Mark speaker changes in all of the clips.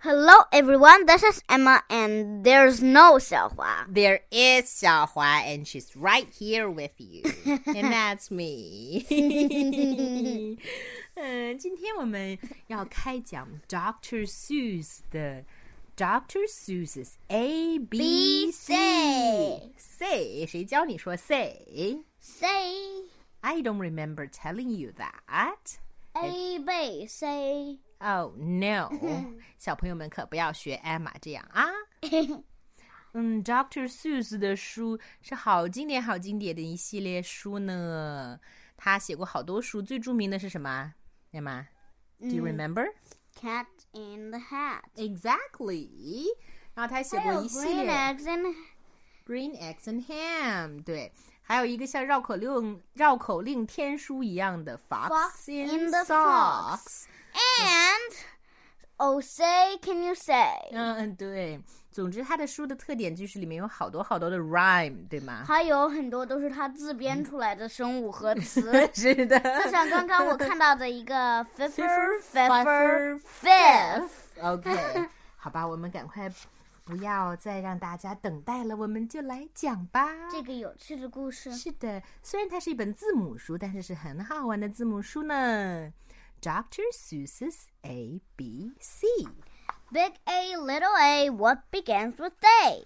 Speaker 1: Hello everyone, this is Emma and there's no Xiaohua.
Speaker 2: There is Xiaohua, and she's right here with you, and that's me. 嗯，今天我们要开讲 Doctor Seuss 的 Doctor Seuss's A B
Speaker 1: B, C.
Speaker 2: C。Say，谁教你说 say？I
Speaker 1: Say
Speaker 2: don't remember telling you that.
Speaker 1: A B C
Speaker 2: Oh no！小朋友们可不要学艾玛这样啊。嗯，Doctor Seuss 的书是好经典、好经典的一系列书呢。他写过好多书，最著名的是什么？艾玛，Do
Speaker 1: 嗯
Speaker 2: you remember?、
Speaker 1: cat in the hat.
Speaker 2: Exactly。然后他写过
Speaker 1: Hello,
Speaker 2: 一系列
Speaker 1: green eggs and
Speaker 2: Green eggs and ham，对，还有一个像绕口令、绕口令天书一样的 Fox,
Speaker 1: Fox
Speaker 2: in,
Speaker 1: in the
Speaker 2: socks。
Speaker 1: and oh say can you say?
Speaker 2: 嗯，对。总之，他的书的特点就是里面有好多好多的 rhyme，对吗？
Speaker 1: 还有很多都是他自编出来的生物和词，
Speaker 2: 是的。
Speaker 1: 就像刚刚我看到的一个 fiffer
Speaker 2: Pfeffer,
Speaker 1: fiffer
Speaker 2: pfeffer,
Speaker 1: fifth。
Speaker 2: OK，好吧，我们赶快，不要再让大家等待了，我们就来讲吧。
Speaker 1: 这个有趣的故事，
Speaker 2: 是的，虽然它是一本字母书，但是是很好玩的字母书呢。Doctor Seuss's A B C。
Speaker 1: Big A, little A, what begins with day?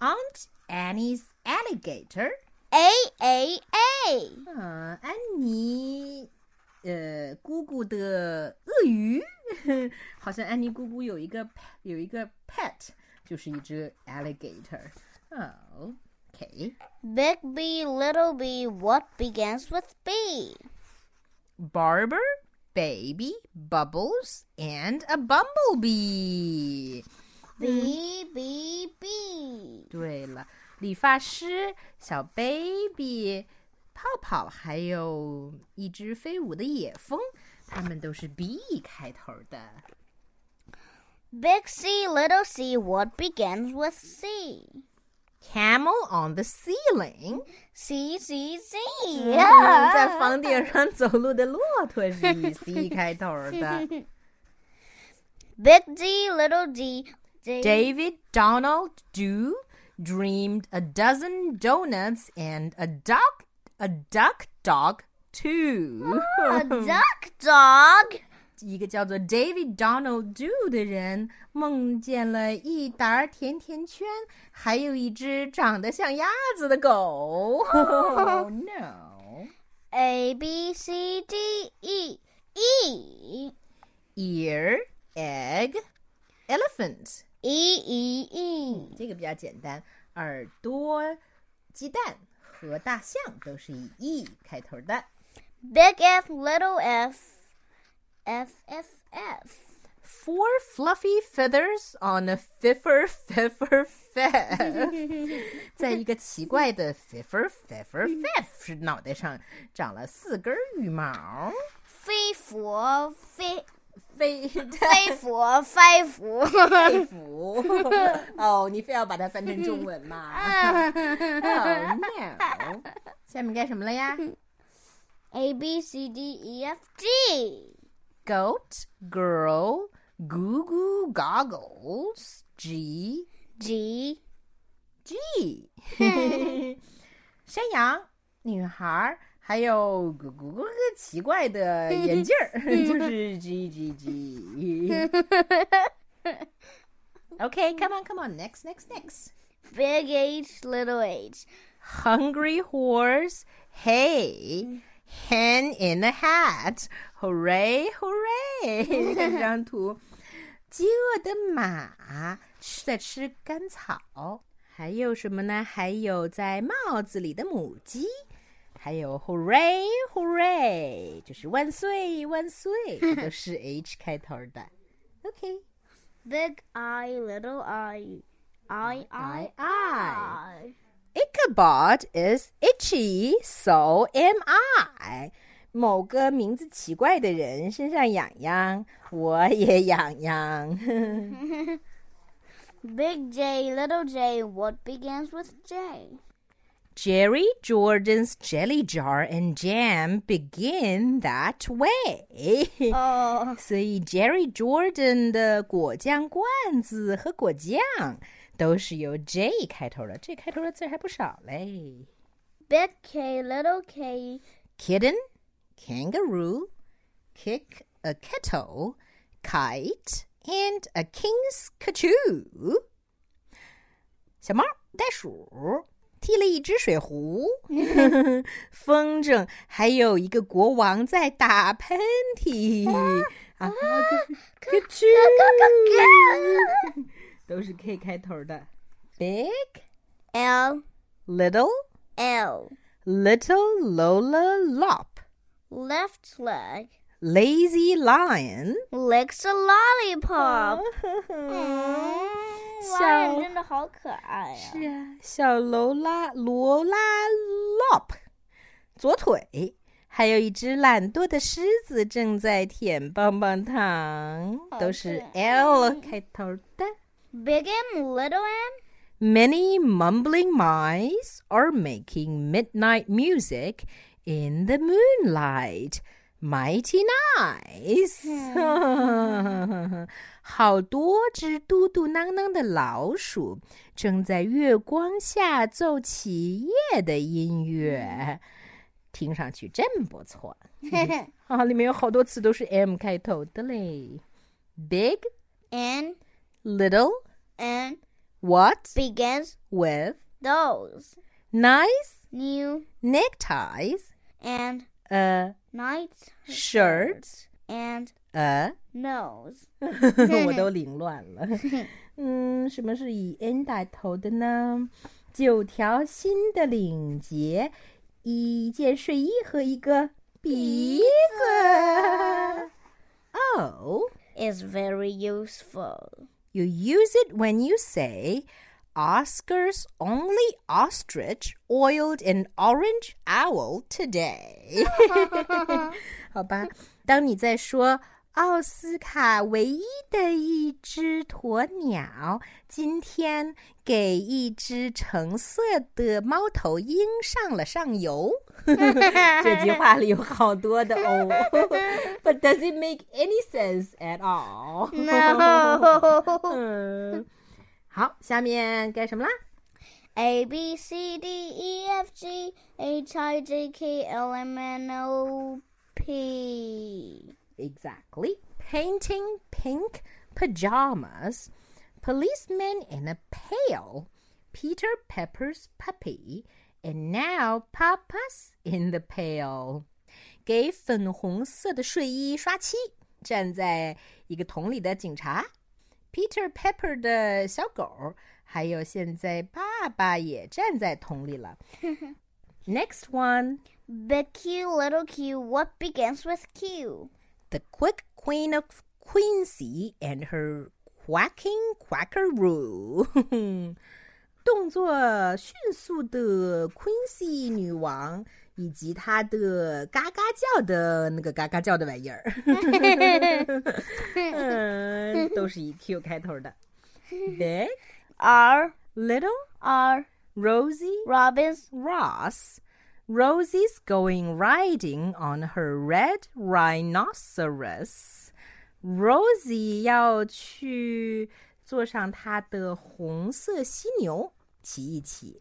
Speaker 2: Aunt Annie's alligator
Speaker 1: A, A, A.
Speaker 2: 嗯，安妮，呃，姑姑的鳄鱼， 好像安妮姑姑有一个 pet- 有一个 pet，就是一只 alligator。哦，OK。
Speaker 1: Big B, little B, what begins with B?
Speaker 2: Barber, baby, bubbles, and a bumblebee。
Speaker 1: B, B, B.
Speaker 2: 对了，理发师、小 baby、泡泡，还有一只飞舞的野蜂，它们都是 B 开头的。
Speaker 1: Big C, little C, what begins with C?
Speaker 2: Camel on the ceiling，
Speaker 1: C, C, C.
Speaker 2: Ah.
Speaker 1: Mm-hmm.
Speaker 2: 在房顶上 走路的骆驼是以 C 开头的。
Speaker 1: Big D, little D. D.
Speaker 2: David Donald Do dreamed a dozen donuts and a duck, a duck dog too。
Speaker 1: A duck dog.
Speaker 2: 一个叫做 David Donald Do 的人梦见了一沓甜甜圈，还有一只长得像鸭子的狗。Oh no！
Speaker 1: A, B, C, D, E. E.
Speaker 2: ear, egg, elephant。
Speaker 1: E, E, E.
Speaker 2: 这个比较简单，耳朵、鸡蛋和大象都是以 e 开头的。
Speaker 1: Big F, little F, F, F, F.
Speaker 2: Four fluffy feathers on a fiffer fiffer feff，在 一个奇怪的 fiffer fiffer feff 脑袋上长了四根羽毛，
Speaker 1: 飞佛飞
Speaker 2: 飞
Speaker 1: 飞佛飞佛，
Speaker 2: 飞服。哦，你非要把它翻成中文嘛 ？Oh no！下面干什么了呀？
Speaker 1: A B C D E F G
Speaker 2: goat, girl, goo goo goggles, G
Speaker 1: G
Speaker 2: G，山羊、女孩儿，还有咕咕咕咕奇怪的眼镜儿，就是 G G G。Okay, come on, come on, next, next, next.
Speaker 1: Big H little H
Speaker 2: Hungry horse, hey, hen in a hat, hooray, hooray！看这 张图，饥饿的马吃在吃干草，还有什么呢？还有在帽子里的母鸡，还有 hooray, hooray，就是万岁万岁，这都是 H 开头的。OK，
Speaker 1: Big I little I I I I
Speaker 2: Ichabod is itchy, so am I。某个名字奇怪的人身上痒痒，我也痒痒。
Speaker 1: Big J little J what begins with J
Speaker 2: Jerry Jordan's jelly jar and jam begin that way.
Speaker 1: 哦，
Speaker 2: 所以 Jerry Jordan 的果酱罐子和果酱都是由 J 开头的，这开头的字儿还不少嘞。
Speaker 1: big K, little K,
Speaker 2: Kitten, kangaroo, kick a kettle, kite, and a king's cachoo. 小猫、袋鼠踢了一只水壶， 风筝还有一个国王在打喷嚏啊！可可去，都是 K 开头的，Big
Speaker 1: L,
Speaker 2: Little
Speaker 1: L,
Speaker 2: Little Lola Lop
Speaker 1: left leg,
Speaker 2: Lazy Lion。
Speaker 1: licks a lollipop.
Speaker 2: 小
Speaker 1: 真的好可爱呀、
Speaker 2: 是啊，小罗拉罗拉 lop 左腿，还有一只懒惰的狮子正在舔棒棒糖，
Speaker 1: 好
Speaker 2: 都是
Speaker 1: 可
Speaker 2: L 开头的。
Speaker 1: Big M, little M,
Speaker 2: Many mumbling mice are making midnight music in the moonlight. Mighty nice！好多只嘟嘟囔囔的老鼠正在月光下奏起夜的音乐，听上去真不错 啊！里面有好多词都是 M 开头的嘞，big、
Speaker 1: and
Speaker 2: little、
Speaker 1: and
Speaker 2: what
Speaker 1: begins
Speaker 2: with、
Speaker 1: those
Speaker 2: nice。
Speaker 1: new
Speaker 2: neckties,
Speaker 1: and
Speaker 2: a
Speaker 1: night
Speaker 2: shirt,
Speaker 1: and
Speaker 2: a，
Speaker 1: nose
Speaker 2: 我都凌乱 了。嗯，什么是以 n 打头的呢？九条新的领结，一件睡衣和一个鼻子。Oh,
Speaker 1: is very useful.
Speaker 2: you use it when you say. Oscar's only ostrich oiled an orange owl today. 好吧，当你在说奥斯卡唯一的一只鸵鸟今天给一只橙色的猫头鹰上了上油， 这句话里有好多的哦。But does it make any sense at all?
Speaker 1: No.
Speaker 2: 嗯， 好，下面该什么啦？
Speaker 1: A B C D E F G H I J K L M N O P.
Speaker 2: Exactly. Painting pink pajamas, policeman in a pail, Peter Pepper's puppy, and now Papa's in the pail. 给粉红色的睡衣刷漆，站在一个桶里的警察，Peter Pepper 的小狗，还有现在爸爸也站在桶里了。Next one.
Speaker 1: Big Q, little Q, what begins with Q?
Speaker 2: the quick queen of Quincy and her quacking quackaroo. 动作迅速的 Quincy 女王以及她的嘎嘎叫的那个嘎嘎叫的玩意儿， 嗯，都是以 Q 开头的。Big
Speaker 1: R
Speaker 2: little
Speaker 1: R
Speaker 2: Rosie
Speaker 1: Robin's
Speaker 2: Ross. Rosie's going riding on her red rhinoceros. Rosie 要去坐上她的红色犀牛骑一骑。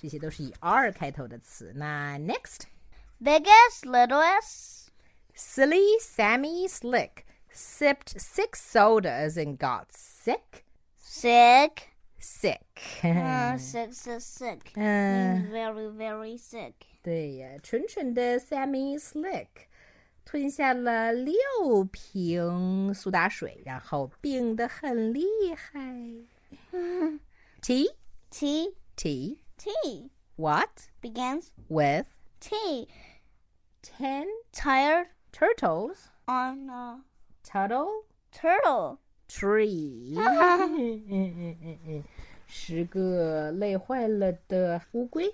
Speaker 2: 这些都是以 R 开头的词。那 next,
Speaker 1: biggest, littlest.
Speaker 2: silly Sammy Slick sipped six sodas and got sick,
Speaker 1: Sick.
Speaker 2: sick.
Speaker 1: Uh, sick, sick, sick.
Speaker 2: 嗯
Speaker 1: He's very, very sick.
Speaker 2: 对呀，蠢蠢的 Sammy Slick 吞下了六瓶苏打水，然后病得很厉害。T
Speaker 1: T
Speaker 2: T
Speaker 1: T
Speaker 2: what
Speaker 1: begins
Speaker 2: with
Speaker 1: T.
Speaker 2: ten
Speaker 1: Tired
Speaker 2: turtles
Speaker 1: on a
Speaker 2: turtle
Speaker 1: turtle.
Speaker 2: tree？嗯嗯嗯嗯，十个累坏了的乌龟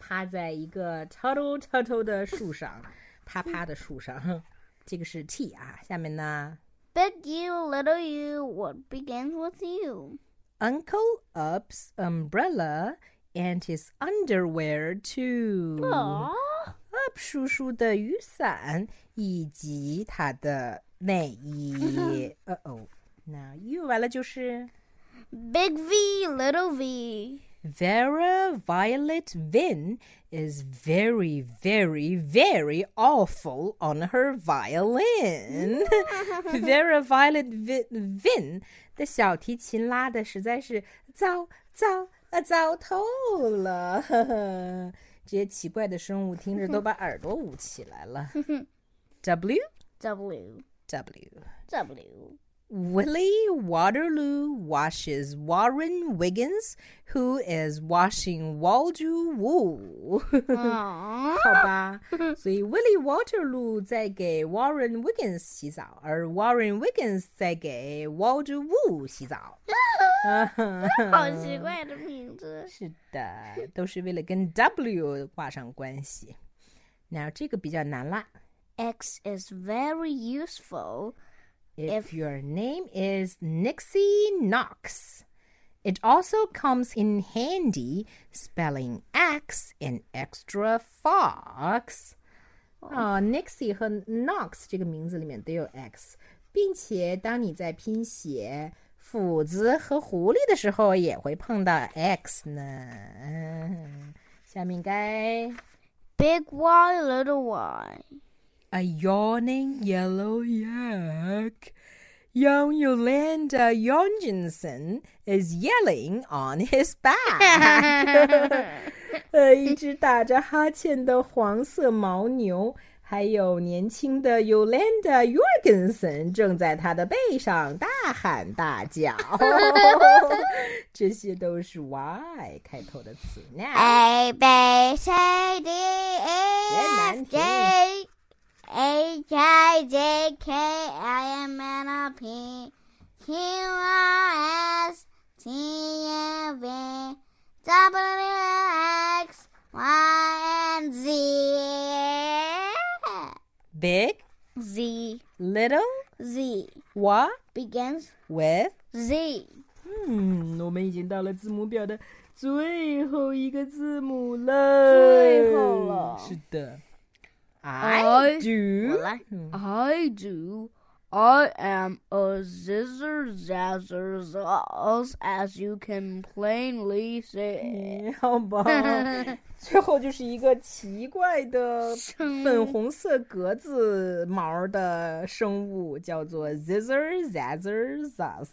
Speaker 2: 趴在一个 turtle turtle 的树上，啪啪的树上。这个是 T 啊，下面呢？
Speaker 1: Big U, little U, what begins with U?
Speaker 2: Uncle Up's umbrella and his underwear too。
Speaker 1: Aw.
Speaker 2: up 叔叔的雨伞以及他的内衣。呃哦，那 you 完了就是。
Speaker 1: Big V, little V.
Speaker 2: Vera Violet Vin is very, very, very awful on her violin. Vera Violet Vin, Vin 的小提琴拉的实在是糟糟呃糟透了， 这些奇怪的生物听着都把耳朵捂起来了。W
Speaker 1: W,
Speaker 2: W
Speaker 1: W.
Speaker 2: Willie Waterloo washes Warren Wiggins, who is washing Waldo Woo.
Speaker 1: Aw.
Speaker 2: 好吧，所以 Willie Waterloo 在给 Warren Wiggins 洗澡，而 Warren Wiggins 在给 Waldo Woo 洗澡。
Speaker 1: 好奇怪的名字。
Speaker 2: 是的，都是为了跟 W 挂上关系。那这个比较难啦。
Speaker 1: X is very useful.
Speaker 2: If your name is Nixie Knox, it also comes in handy spelling X and extra fox. 啊、n i x i e 和 Knox 这个名字里面都有 X，并且当你在拼写斧子和狐狸的时候，也会碰到 X 呢。嗯下面该
Speaker 1: Big Y, little Y.
Speaker 2: A yawning yellow yak. Young Yolanda Jorgensen is yelling on his back. 呃，一只打着哈欠的黄色牦牛，还有年轻的 Yolanda Jorgensen 正在他的背上大喊大叫。 这些都是 Y 开头的词。Now,
Speaker 1: A B C D E F G H I J K L M N O P Q R S T U V W X Y and Z.
Speaker 2: big,
Speaker 1: Z
Speaker 2: little,
Speaker 1: Z
Speaker 2: what
Speaker 1: begins
Speaker 2: with.
Speaker 1: Z.
Speaker 2: 嗯，我们已经到了字母表的最后一个字母了。
Speaker 1: 最后了哎
Speaker 2: 是的。
Speaker 1: I-
Speaker 2: I do.
Speaker 1: I do. I am a zizzer zazzer zazz, as you can plainly see.
Speaker 2: 嗯好 吧。最后就是一个奇怪的粉红色格子毛的生物，叫做 zizzer zazzer zas。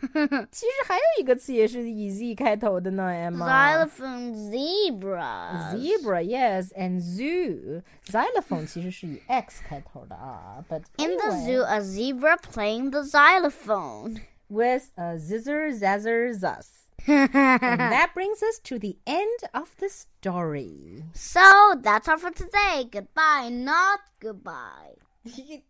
Speaker 2: 其实还有一个词也是以 z 开头的呢，Emma。
Speaker 1: Xylophone zebra.
Speaker 2: Zebra, yes, and zoo. Xylophone 其实是以 x 开头的啊，but
Speaker 1: In the
Speaker 2: anyway.
Speaker 1: zoo, a zebra playing the xylophone.
Speaker 2: with a zizzer zazzer zus. and that brings us to the end of the story.
Speaker 1: So that's all for today. Goodbye, not goodbye.